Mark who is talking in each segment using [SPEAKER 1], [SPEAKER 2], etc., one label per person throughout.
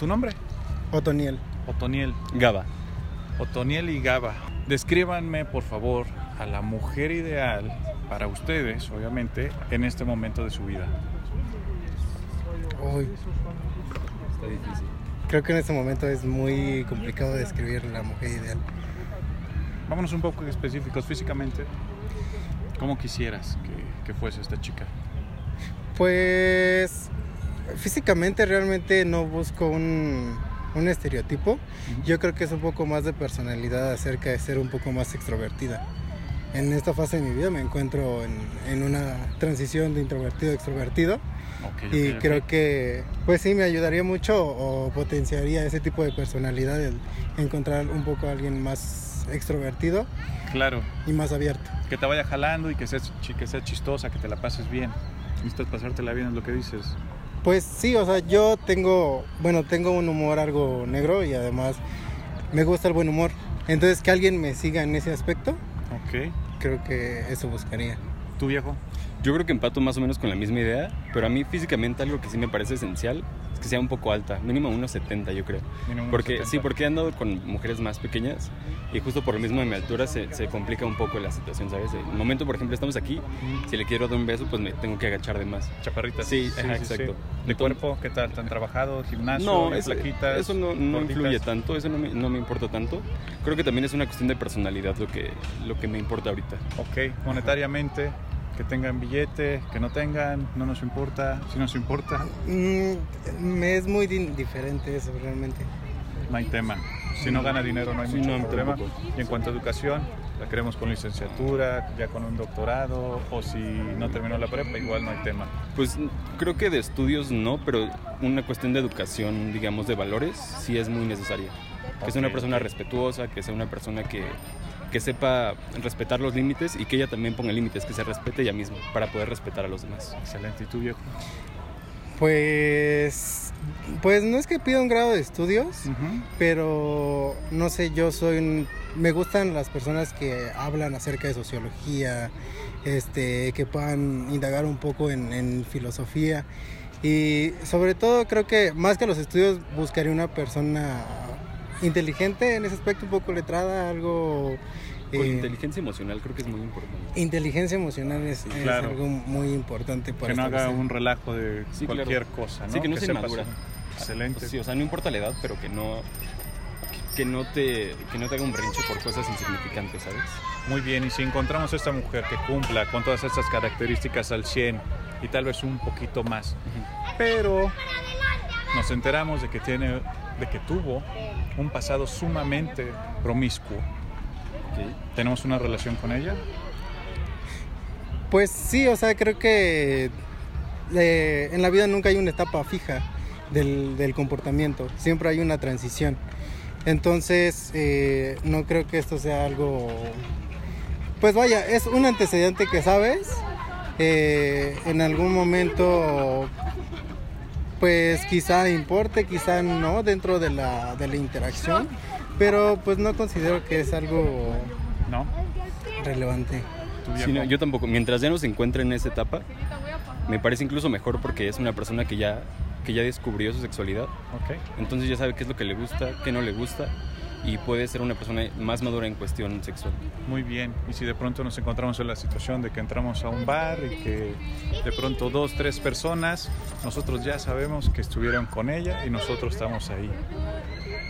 [SPEAKER 1] ¿Tu nombre?
[SPEAKER 2] Otoniel.
[SPEAKER 1] Otoniel.
[SPEAKER 3] Gaba.
[SPEAKER 1] Otoniel y Gaba. Descríbanme, por favor, a la mujer ideal para ustedes, obviamente, en este momento de su vida.
[SPEAKER 2] Uy,
[SPEAKER 3] Está difícil.
[SPEAKER 2] creo que en este momento es muy complicado describir la mujer ideal.
[SPEAKER 1] Vámonos un poco específicos físicamente. ¿Cómo quisieras que, que fuese esta chica?
[SPEAKER 2] Pues físicamente realmente no busco un, un estereotipo. Yo creo que es un poco más de personalidad acerca de ser un poco más extrovertida. En esta fase de mi vida me encuentro en, en una transición de introvertido a extrovertido
[SPEAKER 1] Ok, ok,
[SPEAKER 2] y
[SPEAKER 1] ok.
[SPEAKER 2] creo que pues sí me ayudaría mucho o potenciaría ese tipo de personalidad el encontrar un poco a alguien más extrovertido
[SPEAKER 1] Claro,
[SPEAKER 2] y más abierto.
[SPEAKER 1] que te vaya jalando y que seas, chi- que seas chistosa, que te la pases bien. Necesitas pasártela bien, es lo que dices.
[SPEAKER 2] Pues sí, o sea, yo tengo, bueno, tengo un humor algo negro y además me gusta el buen humor. Entonces que alguien me siga en ese aspecto,
[SPEAKER 1] Ok.
[SPEAKER 2] creo que eso buscaría.
[SPEAKER 1] ¿Tu viejo?
[SPEAKER 3] Yo creo que empato más o menos con la misma idea, pero a mí físicamente algo que sí me parece esencial es que sea un poco alta, mínimo 1,70 yo creo.
[SPEAKER 1] Mínimo unos
[SPEAKER 3] Porque,
[SPEAKER 1] 70.
[SPEAKER 3] sí, porque he andado con mujeres más pequeñas y justo por lo mismo de mi altura se, se complica un poco la situación, ¿sabes? En el momento, por ejemplo, estamos aquí, si le quiero dar un beso, pues me tengo que agachar de más.
[SPEAKER 1] Chaparritas.
[SPEAKER 3] Sí, ajá, exacto.
[SPEAKER 1] ¿De
[SPEAKER 3] Entonces-
[SPEAKER 1] cuerpo? ¿Qué tal? ¿Tan trabajado? ¿Gimnasio?
[SPEAKER 3] No,
[SPEAKER 1] ¿Bien
[SPEAKER 3] eso,
[SPEAKER 1] flaquitas?
[SPEAKER 3] eso no, no
[SPEAKER 1] ¿Gorditas?
[SPEAKER 3] influye tanto, eso no me, no me importa tanto. Creo que también es una cuestión de personalidad lo que, lo que me importa ahorita.
[SPEAKER 1] Ok, monetariamente, que tengan billete, que no tengan, no nos importa, si nos importa,
[SPEAKER 2] Mm, me es muy din- diferente eso realmente.
[SPEAKER 1] no hay tema. Si no gana dinero no hay
[SPEAKER 3] Sí,
[SPEAKER 1] mucho
[SPEAKER 3] no,
[SPEAKER 1] problema.
[SPEAKER 3] tampoco.
[SPEAKER 1] Y en cuanto a educación, la queremos con licenciatura, ya con un doctorado, o si no terminó la prepa, igual no hay tema.
[SPEAKER 3] Pues creo que de estudios no, pero una cuestión de educación, digamos, de valores, sí es muy necesaria. Que sea una
[SPEAKER 1] Ok,
[SPEAKER 3] persona
[SPEAKER 1] ok.
[SPEAKER 3] respetuosa, que sea una persona que, que sepa respetar los límites y que ella también ponga límites, que se respete ella misma para poder respetar a los demás.
[SPEAKER 1] Excelente, ¿y tú viejo?
[SPEAKER 2] Pues, pues no es que pida un grado de estudios, pero no sé, yo soy un- me gustan las personas que hablan acerca de sociología, este, que puedan indagar un poco en, en filosofía y sobre todo creo que más que los estudios buscaría una persona inteligente en ese aspecto, un poco letrada, algo
[SPEAKER 3] Con
[SPEAKER 2] eh,
[SPEAKER 3] inteligencia emocional creo que es muy importante.
[SPEAKER 2] inteligencia emocional es, es
[SPEAKER 1] claro.
[SPEAKER 2] algo muy importante para
[SPEAKER 1] Que no haga
[SPEAKER 2] establecer.
[SPEAKER 1] un relajo de
[SPEAKER 3] Sí, claro.
[SPEAKER 1] cualquier cosa, ¿no?
[SPEAKER 3] Sí, que no sea
[SPEAKER 1] sepa
[SPEAKER 3] inmadura.
[SPEAKER 1] hacer- Excelente.
[SPEAKER 3] Sí, o sea, no importa la edad, pero que no, que no, te, que no te haga un berrinche por cosas insignificantes, ¿sabes?
[SPEAKER 1] Muy bien, y si encontramos a esta mujer que cumpla con todas estas características al 100 y tal vez un poquito más, pero nos enteramos de que tiene de que tuvo un pasado sumamente promiscuo.
[SPEAKER 3] Ok.
[SPEAKER 1] ¿Tenemos una relación con ella?
[SPEAKER 2] Pues sí, o sea, creo que eh, en la vida nunca hay una etapa fija del, del comportamiento, siempre hay una transición. Entonces, eh, no creo que esto sea algo... Pues vaya, es un antecedente que sabes, eh, en algún momento, pues quizá importe, quizá no, dentro de la, de la interacción, pero pues no considero que es algo
[SPEAKER 1] ¿No?
[SPEAKER 2] relevante.
[SPEAKER 1] ¿Tu
[SPEAKER 3] Sí,
[SPEAKER 1] viejo?
[SPEAKER 3] no, yo tampoco. Mientras ya no se encuentre en esa etapa, me parece incluso mejor porque es una persona que ya, que ya descubrió su sexualidad.
[SPEAKER 1] Ok.
[SPEAKER 3] Entonces ya sabe qué es lo que le gusta, qué no le gusta. Y puede ser una persona más madura en cuestión sexual.
[SPEAKER 1] Muy bien, y si de pronto nos encontramos en la situación de que entramos a un bar y que de pronto dos, tres personas, nosotros ya sabemos que estuvieron con ella y nosotros estamos ahí.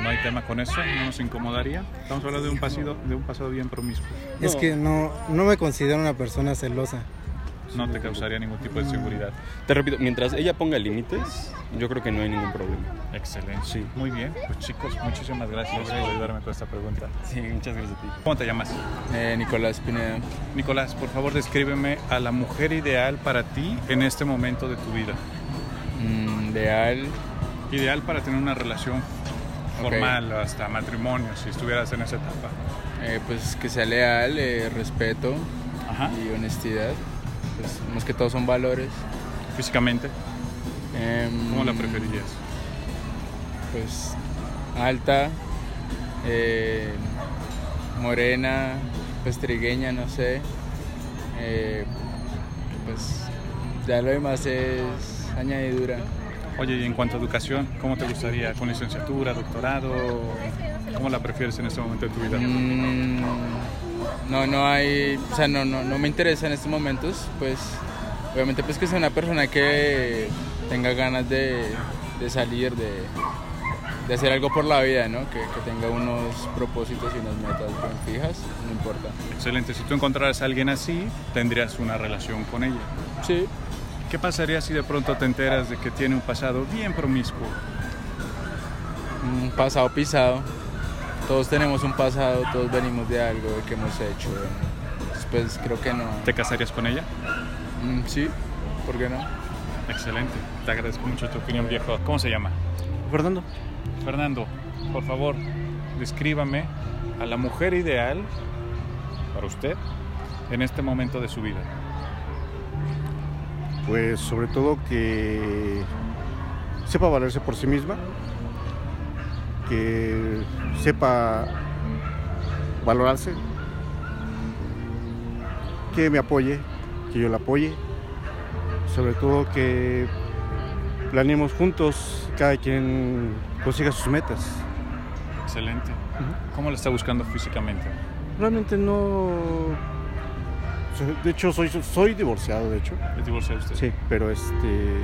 [SPEAKER 1] No hay tema con eso, no nos incomodaría. Estamos hablando de un pasado, de un pasado bien promiscuo.
[SPEAKER 2] Es
[SPEAKER 3] No.
[SPEAKER 2] que no, no me considero una persona celosa.
[SPEAKER 1] No te causaría ningún tipo de seguridad.
[SPEAKER 3] Te repito, mientras ella ponga límites, yo creo que no hay ningún problema.
[SPEAKER 1] Excelente. Sí. Muy bien. Pues chicos, muchísimas gracias por ayudarme con esta pregunta.
[SPEAKER 3] Sí, muchas gracias a ti.
[SPEAKER 1] ¿Cómo te llamas?
[SPEAKER 4] Eh, Nicolás Pineda.
[SPEAKER 1] Nicolás, por favor, descríbeme a la mujer ideal para ti en este momento de tu vida.
[SPEAKER 4] Mm, de Al.
[SPEAKER 1] Ideal para tener una relación
[SPEAKER 4] Ok.
[SPEAKER 1] formal, hasta matrimonio, si estuvieras en esa etapa.
[SPEAKER 4] eh, pues que sea leal, eh, respeto
[SPEAKER 1] Ajá.
[SPEAKER 4] y honestidad. Pues más que todo son valores.
[SPEAKER 1] Físicamente,
[SPEAKER 4] Em,
[SPEAKER 1] ¿cómo la preferirías?
[SPEAKER 4] Pues alta, eh, morena, pues trigueña, no sé. Eh, pues ya lo demás es añadidura.
[SPEAKER 1] Oye, y en cuanto a educación, ¿cómo te gustaría? ¿Con licenciatura, doctorado? ¿Cómo la prefieres en este momento de tu vida?
[SPEAKER 4] Mm, no, no hay, o sea, no, no, no me interesa en estos momentos, pues obviamente pues que sea una persona que tenga ganas de, de salir, de, de hacer algo por la vida, ¿no? Que, que tenga unos propósitos y unas metas bien fijas, no importa.
[SPEAKER 1] Excelente, si tú encontraras a alguien así, tendrías una relación con ella.
[SPEAKER 4] Sí,
[SPEAKER 1] ¿Qué pasaría si de pronto te enteras de que tiene un pasado bien promiscuo?
[SPEAKER 4] un pasado pisado. Todos tenemos un pasado, todos venimos de algo, de que hemos hecho. de- Pues creo que no.
[SPEAKER 1] ¿Te casarías con ella?
[SPEAKER 4] Mm, Sí, ¿por qué no?
[SPEAKER 1] Excelente, te agradezco mucho tu opinión, viejo. ¿Cómo se llama?
[SPEAKER 5] Fernando,
[SPEAKER 1] Fernando, por favor, descríbame a la mujer ideal para usted en este momento de su vida.
[SPEAKER 5] pues sobre todo que sepa valerse por sí misma, que sepa valorarse, que me apoye, que yo la apoye, sobre todo que planeemos juntos, cada quien consiga sus metas.
[SPEAKER 1] Excelente. ¿Cómo la está buscando físicamente?
[SPEAKER 5] Realmente no... De hecho, soy, soy divorciado, de hecho.
[SPEAKER 1] ¿Es divorciado usted?
[SPEAKER 5] Sí, pero este.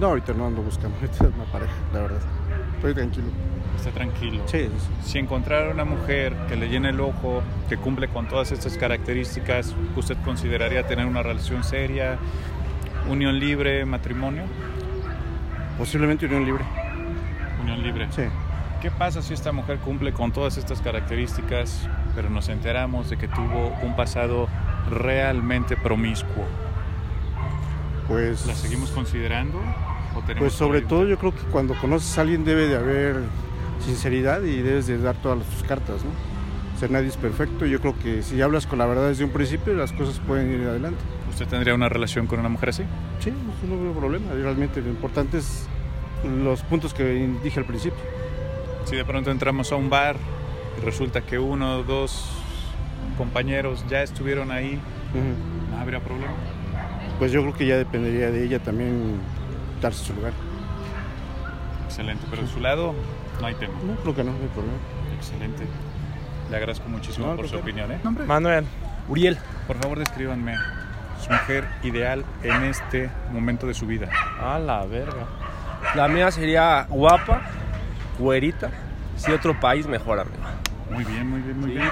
[SPEAKER 5] No, ahorita no ando buscando, ahorita una pareja, la verdad. Estoy tranquilo.
[SPEAKER 1] Está tranquilo.
[SPEAKER 5] Sí,
[SPEAKER 1] Si encontrara una mujer que le llene el ojo, que cumple con todas estas características, ¿usted consideraría tener una relación seria, unión libre, matrimonio?
[SPEAKER 5] posiblemente unión libre.
[SPEAKER 1] Unión libre.
[SPEAKER 5] Sí.
[SPEAKER 1] ¿Qué pasa si esta mujer cumple con todas estas características, pero nos enteramos de que tuvo un pasado realmente promiscuo?
[SPEAKER 5] Pues.
[SPEAKER 1] ¿La seguimos considerando? o tenemos
[SPEAKER 5] Pues sobre
[SPEAKER 1] que-
[SPEAKER 5] todo yo creo que cuando conoces a alguien debe de haber sinceridad y debes de dar todas tus cartas, ¿no? O sea, nadie es perfecto. Yo creo que si hablas con la verdad desde un principio, las cosas pueden ir adelante.
[SPEAKER 1] ¿Usted tendría una relación con una mujer así?
[SPEAKER 5] Sí, pues, no veo problema. Realmente lo importante es los puntos que dije al principio.
[SPEAKER 1] Si de pronto entramos a un bar y resulta que uno o dos compañeros ya estuvieron ahí, ¿no habría problema?
[SPEAKER 5] Pues yo creo que ya dependería de ella también darse su lugar.
[SPEAKER 1] Excelente, pero de su lado no hay tema.
[SPEAKER 5] No, creo que no, no hay problema.
[SPEAKER 1] Excelente. Le agradezco muchísimo
[SPEAKER 5] No, al
[SPEAKER 1] por su
[SPEAKER 5] contrario.
[SPEAKER 1] opinión. ¿eh?
[SPEAKER 6] Manuel, Uriel.
[SPEAKER 1] Por favor, descríbanme su mujer ideal en este momento de su vida.
[SPEAKER 6] A la verga. La mía sería guapa, güerita. Si otro país, mejor, amigo.
[SPEAKER 1] Muy bien, muy bien, muy
[SPEAKER 6] Sí.
[SPEAKER 1] bien.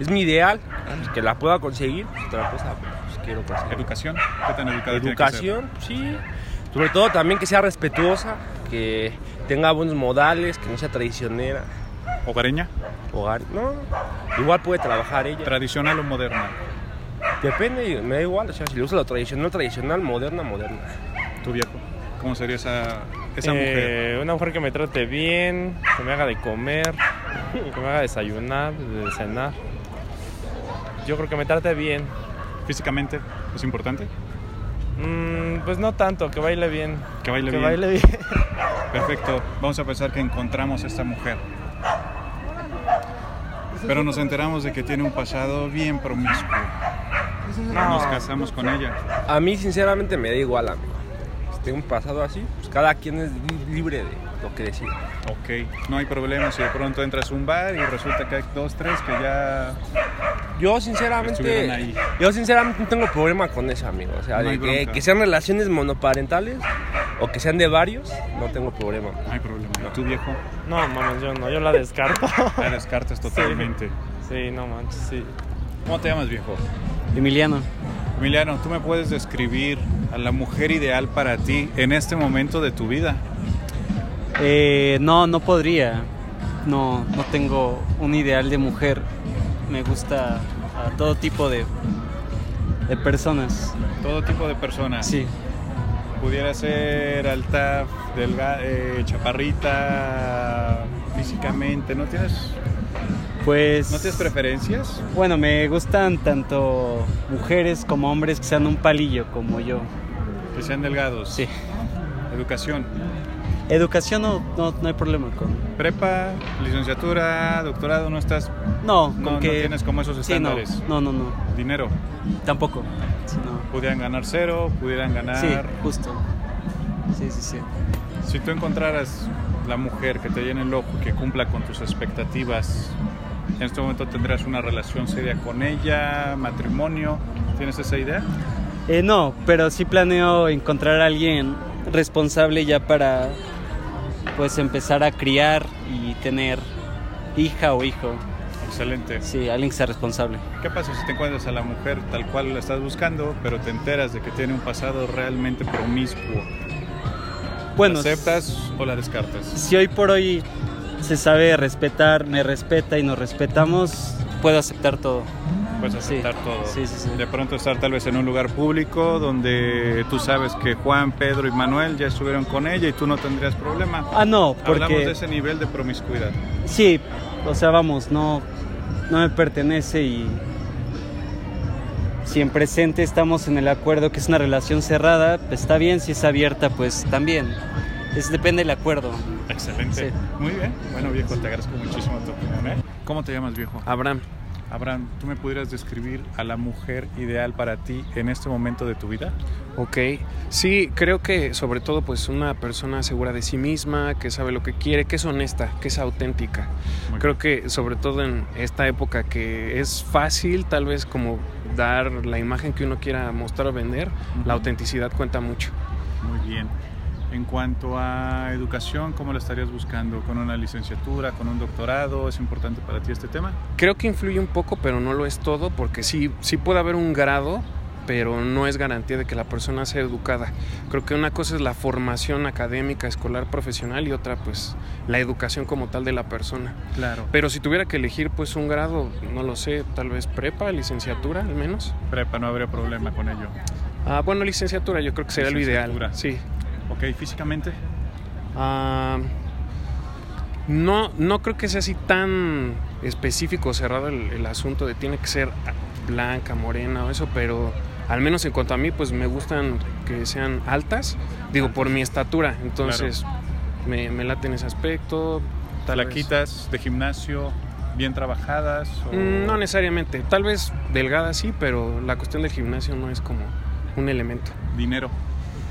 [SPEAKER 6] Es mi ideal, pues,
[SPEAKER 3] Ah.
[SPEAKER 6] que la pueda conseguir. Otra cosa, pues quiero conseguir.
[SPEAKER 1] Educación, ¿qué tan educada tiene que ser?
[SPEAKER 6] Educación, sí. Sobre todo también que sea respetuosa, que tenga buenos modales, que no sea traicionera.
[SPEAKER 1] ¿Hogareña?
[SPEAKER 6] Hogar, no. Igual puede trabajar ella.
[SPEAKER 1] ¿Tradicional o moderna?
[SPEAKER 6] Depende, me da igual. O sea, si le uso lo tradicional, tradicional, moderna, moderna.
[SPEAKER 1] ¿Tu viejo? ¿Cómo sería esa, esa mujer?
[SPEAKER 7] Eh, Una mujer que me trate bien, que me haga de comer, que me haga desayunar, de cenar. Yo creo que me trate bien.
[SPEAKER 1] ¿Físicamente es importante?
[SPEAKER 7] Mm, pues no tanto, que baile bien.
[SPEAKER 1] Que baile
[SPEAKER 7] que
[SPEAKER 1] bien.
[SPEAKER 7] baile bien.
[SPEAKER 1] Perfecto, vamos a pensar que encontramos a esta mujer. Pero nos enteramos de que tiene un pasado bien promiscuo.
[SPEAKER 7] Ah.
[SPEAKER 1] Nos casamos con ella.
[SPEAKER 6] A mí, sinceramente, me da igual, amigo. Si tengo un pasado así, pues cada quien es li- libre de lo que decida.
[SPEAKER 1] Ok, no hay problema si de pronto entras a un bar y resulta que hay dos, tres que ya...
[SPEAKER 6] Yo
[SPEAKER 1] Estuvieron
[SPEAKER 6] sinceramente,
[SPEAKER 1] ahí.
[SPEAKER 6] yo sinceramente no tengo problema con eso, amigo. O sea,
[SPEAKER 1] No hay
[SPEAKER 6] de que,
[SPEAKER 1] bronca.
[SPEAKER 6] que sean relaciones monoparentales o que sean de varios, no tengo problema.
[SPEAKER 1] No hay problema. ¿Y tú, viejo?
[SPEAKER 7] No, mames, yo no, yo la descarto.
[SPEAKER 1] La descartas totalmente.
[SPEAKER 7] sí, no manches, sí.
[SPEAKER 1] ¿Cómo te llamas, viejo?
[SPEAKER 8] Emiliano,
[SPEAKER 1] Emiliano, ¿tú me puedes describir a la mujer ideal para ti en este momento de tu vida?
[SPEAKER 8] eh, no, no podría. No, no tengo un ideal de mujer. Me gusta a todo tipo de, de personas.
[SPEAKER 1] Todo tipo de personas.
[SPEAKER 8] Sí,
[SPEAKER 1] Pudiera ser alta, delga, eh, chaparrita, físicamente. ¿No tienes,
[SPEAKER 8] pues.
[SPEAKER 1] ¿No tienes preferencias?
[SPEAKER 8] Bueno, me gustan tanto mujeres como hombres que sean un palillo como yo.
[SPEAKER 1] Que sean delgados.
[SPEAKER 8] Sí.
[SPEAKER 1] Educación.
[SPEAKER 8] Educación no, no, no hay problema con.
[SPEAKER 1] Prepa, licenciatura, doctorado, no estás.
[SPEAKER 8] No, con
[SPEAKER 1] No, no
[SPEAKER 8] que.
[SPEAKER 1] tienes como esos
[SPEAKER 8] Sí, no,
[SPEAKER 1] estándares.
[SPEAKER 8] no, no, no,
[SPEAKER 1] Dinero.
[SPEAKER 8] Tampoco. Sí, no.
[SPEAKER 1] Ah. Pudieran ganar cero, pudieran ganar.
[SPEAKER 8] Sí, justo. Sí, sí, sí.
[SPEAKER 1] Si tú encontraras la mujer que te llene el ojo, que cumpla con tus expectativas, en este momento tendrás una relación seria con ella, matrimonio, ¿tienes esa idea?
[SPEAKER 8] Eh, no, pero sí planeo encontrar a alguien responsable ya para pues empezar a criar y tener hija o hijo.
[SPEAKER 1] Excelente.
[SPEAKER 8] Sí, alguien que sea responsable.
[SPEAKER 1] ¿Qué pasa si te encuentras a la mujer tal cual la estás buscando, pero te enteras de que tiene un pasado realmente promiscuo?
[SPEAKER 8] Bueno,
[SPEAKER 1] ¿La aceptas o la descartas?
[SPEAKER 8] si hoy por hoy se sabe respetar, me respeta y nos respetamos, puedo aceptar todo.
[SPEAKER 1] Puedes
[SPEAKER 8] Sí.
[SPEAKER 1] aceptar todo.
[SPEAKER 8] Sí, sí, sí.
[SPEAKER 1] De pronto estar tal vez en un lugar público donde tú sabes que Juan, Pedro y Manuel ya estuvieron con ella y tú no tendrías problema.
[SPEAKER 8] Ah, no,
[SPEAKER 1] Hablamos
[SPEAKER 8] porque
[SPEAKER 1] de ese nivel de promiscuidad.
[SPEAKER 8] sí, o sea, vamos, no no me pertenece y si en presente estamos en el acuerdo que es una relación cerrada, pues está bien, si es abierta, pues también. Es depende del acuerdo.
[SPEAKER 1] Excelente.
[SPEAKER 8] Sí.
[SPEAKER 1] Muy bien. Bueno, viejo, te agradezco muchísimo tu opinión. ¿eh? ¿Cómo te llamas, viejo?
[SPEAKER 7] Abraham,
[SPEAKER 1] Abraham, ¿tú me pudieras describir a la mujer ideal para ti en este momento de tu vida?
[SPEAKER 9] Ok, sí, creo que sobre todo pues una persona segura de sí misma, que sabe lo que quiere, que es honesta, que es auténtica.
[SPEAKER 1] Muy
[SPEAKER 9] Creo que sobre todo en esta época que es fácil tal vez como dar la imagen que uno quiera mostrar o vender, la
[SPEAKER 1] Ujú.
[SPEAKER 9] autenticidad cuenta mucho.
[SPEAKER 1] Muy bien. En cuanto a educación, ¿cómo la estarías buscando? ¿Con una licenciatura, con un doctorado? ¿Es importante para ti este tema?
[SPEAKER 9] Creo que influye un poco, pero no lo es todo, porque sí, sí puede haber un grado, pero no es garantía de que la persona sea educada. Creo que una cosa es la formación académica, escolar, profesional y otra pues la educación como tal de la persona.
[SPEAKER 1] Claro.
[SPEAKER 9] Pero si tuviera que elegir pues un grado, no lo sé, tal vez prepa, licenciatura al menos.
[SPEAKER 1] Prepa, no habría problema con ello.
[SPEAKER 9] Ah, bueno, licenciatura yo creo que sería lo ideal.
[SPEAKER 1] Licenciatura.
[SPEAKER 9] Sí.
[SPEAKER 1] Ok, físicamente.
[SPEAKER 9] Ah, no, no creo que sea así tan específico o cerrado el, el asunto de tiene que ser blanca, morena o eso, pero al menos en cuanto a mí, pues me gustan que sean altas, digo, por mi estatura, entonces me, me late en ese aspecto. tal vez.
[SPEAKER 1] Talaquitas, de gimnasio, bien trabajadas. o-
[SPEAKER 9] Mm, No necesariamente, tal vez delgada sí, pero la cuestión del gimnasio no es como un elemento.
[SPEAKER 1] Dinero,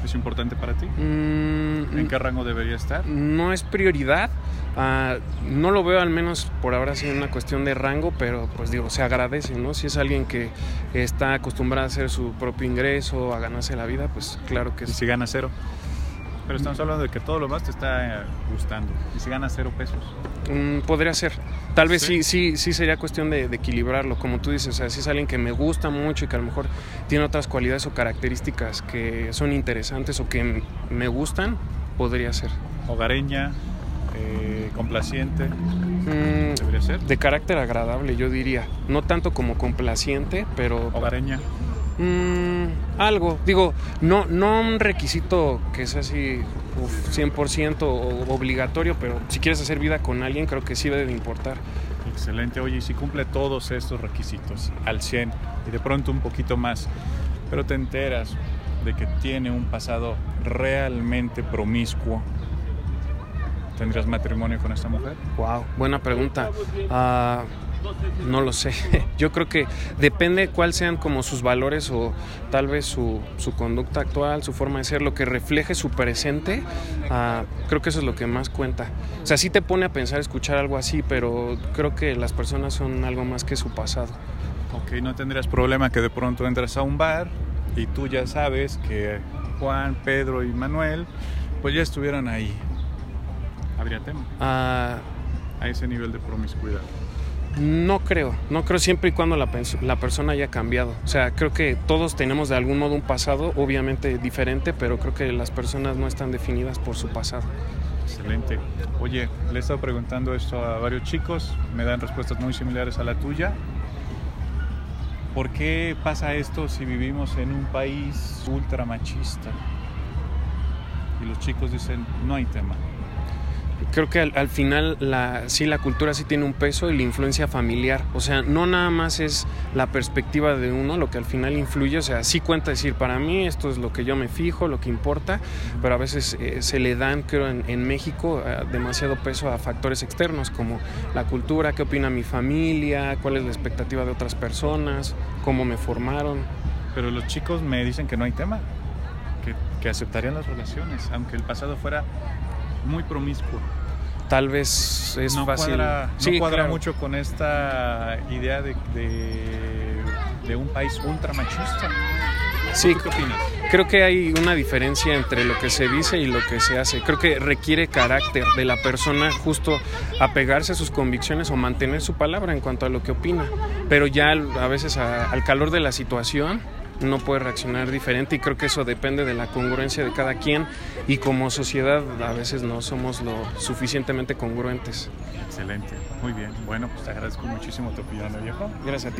[SPEAKER 1] ¿es importante para ti?
[SPEAKER 9] Mm,
[SPEAKER 1] ¿En qué rango debería estar?
[SPEAKER 9] no es prioridad. Ah, no lo veo al menos por ahora siendo una cuestión de rango, pero pues digo, se agradece, ¿no? Si es alguien que está acostumbrado a hacer su propio ingreso, a ganarse la vida, pues claro que
[SPEAKER 1] Y
[SPEAKER 9] sí.
[SPEAKER 1] si gana cero. Pero estamos hablando de que todo lo más te está eh, gustando. Y si gana cero pesos.
[SPEAKER 9] Mm, podría ser. Tal vez
[SPEAKER 1] Sí.
[SPEAKER 9] sí, sí, sí sería cuestión de, de equilibrarlo, como tú dices. O sea, si es alguien que me gusta mucho y que a lo mejor tiene otras cualidades o características que son interesantes o que m- me gustan, podría ser.
[SPEAKER 1] Hogareña, eh, complaciente,
[SPEAKER 9] Mm,
[SPEAKER 1] debería ser.
[SPEAKER 9] de carácter agradable, yo diría. No tanto como complaciente, pero
[SPEAKER 1] Hogareña.
[SPEAKER 9] Mm, algo, digo, no, no un requisito que sea así uf, 100% o- obligatorio, pero si quieres hacer vida con alguien, creo que sí debe de importar.
[SPEAKER 1] Excelente, oye, y si cumple todos estos requisitos al 100 y de pronto un poquito más, pero te enteras de que tiene un pasado realmente promiscuo, ¿tendrías matrimonio con esta mujer?
[SPEAKER 9] Wow, buena pregunta. Ah, no lo sé. Yo creo que depende cuál sean como sus valores o tal vez su, su conducta actual, su forma de ser, lo que refleje su presente. Ah, creo que eso es lo que más cuenta. O sea, sí te pone a pensar escuchar algo así, pero creo que las personas son algo más que su pasado.
[SPEAKER 1] Ok, no tendrías problema que de pronto entras a un bar y tú ya sabes que Juan, Pedro y Manuel, pues ya estuvieran ahí. Habría tema
[SPEAKER 9] Ah,
[SPEAKER 1] a ese nivel de promiscuidad.
[SPEAKER 9] No creo, no creo siempre y cuando la, pens- la persona haya cambiado. O sea, creo que todos tenemos de algún modo un pasado, obviamente diferente, pero creo que las personas no están definidas por su pasado.
[SPEAKER 1] Excelente. Oye, le he estado preguntando esto a varios chicos, me dan respuestas muy similares a la tuya. ¿Por qué pasa esto si vivimos en un país ultra machista? Y los chicos dicen, no hay tema.
[SPEAKER 9] Creo que al, al final la, sí la cultura sí tiene un peso y la influencia familiar. O sea, no nada más es la perspectiva de uno lo que al final influye. O sea, sí cuenta decir, para mí esto es lo que yo me fijo, lo que importa, pero a veces eh, se le dan, creo, en, en México eh, demasiado peso a factores externos como la cultura, qué opina mi familia, cuál es la expectativa de otras personas, cómo me formaron.
[SPEAKER 1] Pero los chicos me dicen que no hay tema, que que aceptarían las relaciones, aunque el pasado fuera muy promiscuo.
[SPEAKER 5] Tal vez es
[SPEAKER 1] no
[SPEAKER 5] fácil.
[SPEAKER 1] cuadra, no
[SPEAKER 5] Sí,
[SPEAKER 1] cuadra
[SPEAKER 5] claro.
[SPEAKER 1] mucho con esta idea de, de- de un país ultra machista.
[SPEAKER 5] Sí,
[SPEAKER 1] ¿Tú qué opinas?
[SPEAKER 5] Creo que hay una diferencia entre lo que se dice y lo que se hace. Creo que requiere carácter de la persona justo apegarse a sus convicciones o mantener su palabra en cuanto a lo que opina. Pero ya al- a veces a- al calor de la situación no puede reaccionar diferente y creo que eso depende de la congruencia de cada quien y como sociedad a veces no somos lo suficientemente congruentes.
[SPEAKER 1] Excelente, muy bien. Bueno, pues te agradezco muchísimo tu opinión, viejo.
[SPEAKER 5] Gracias a ti.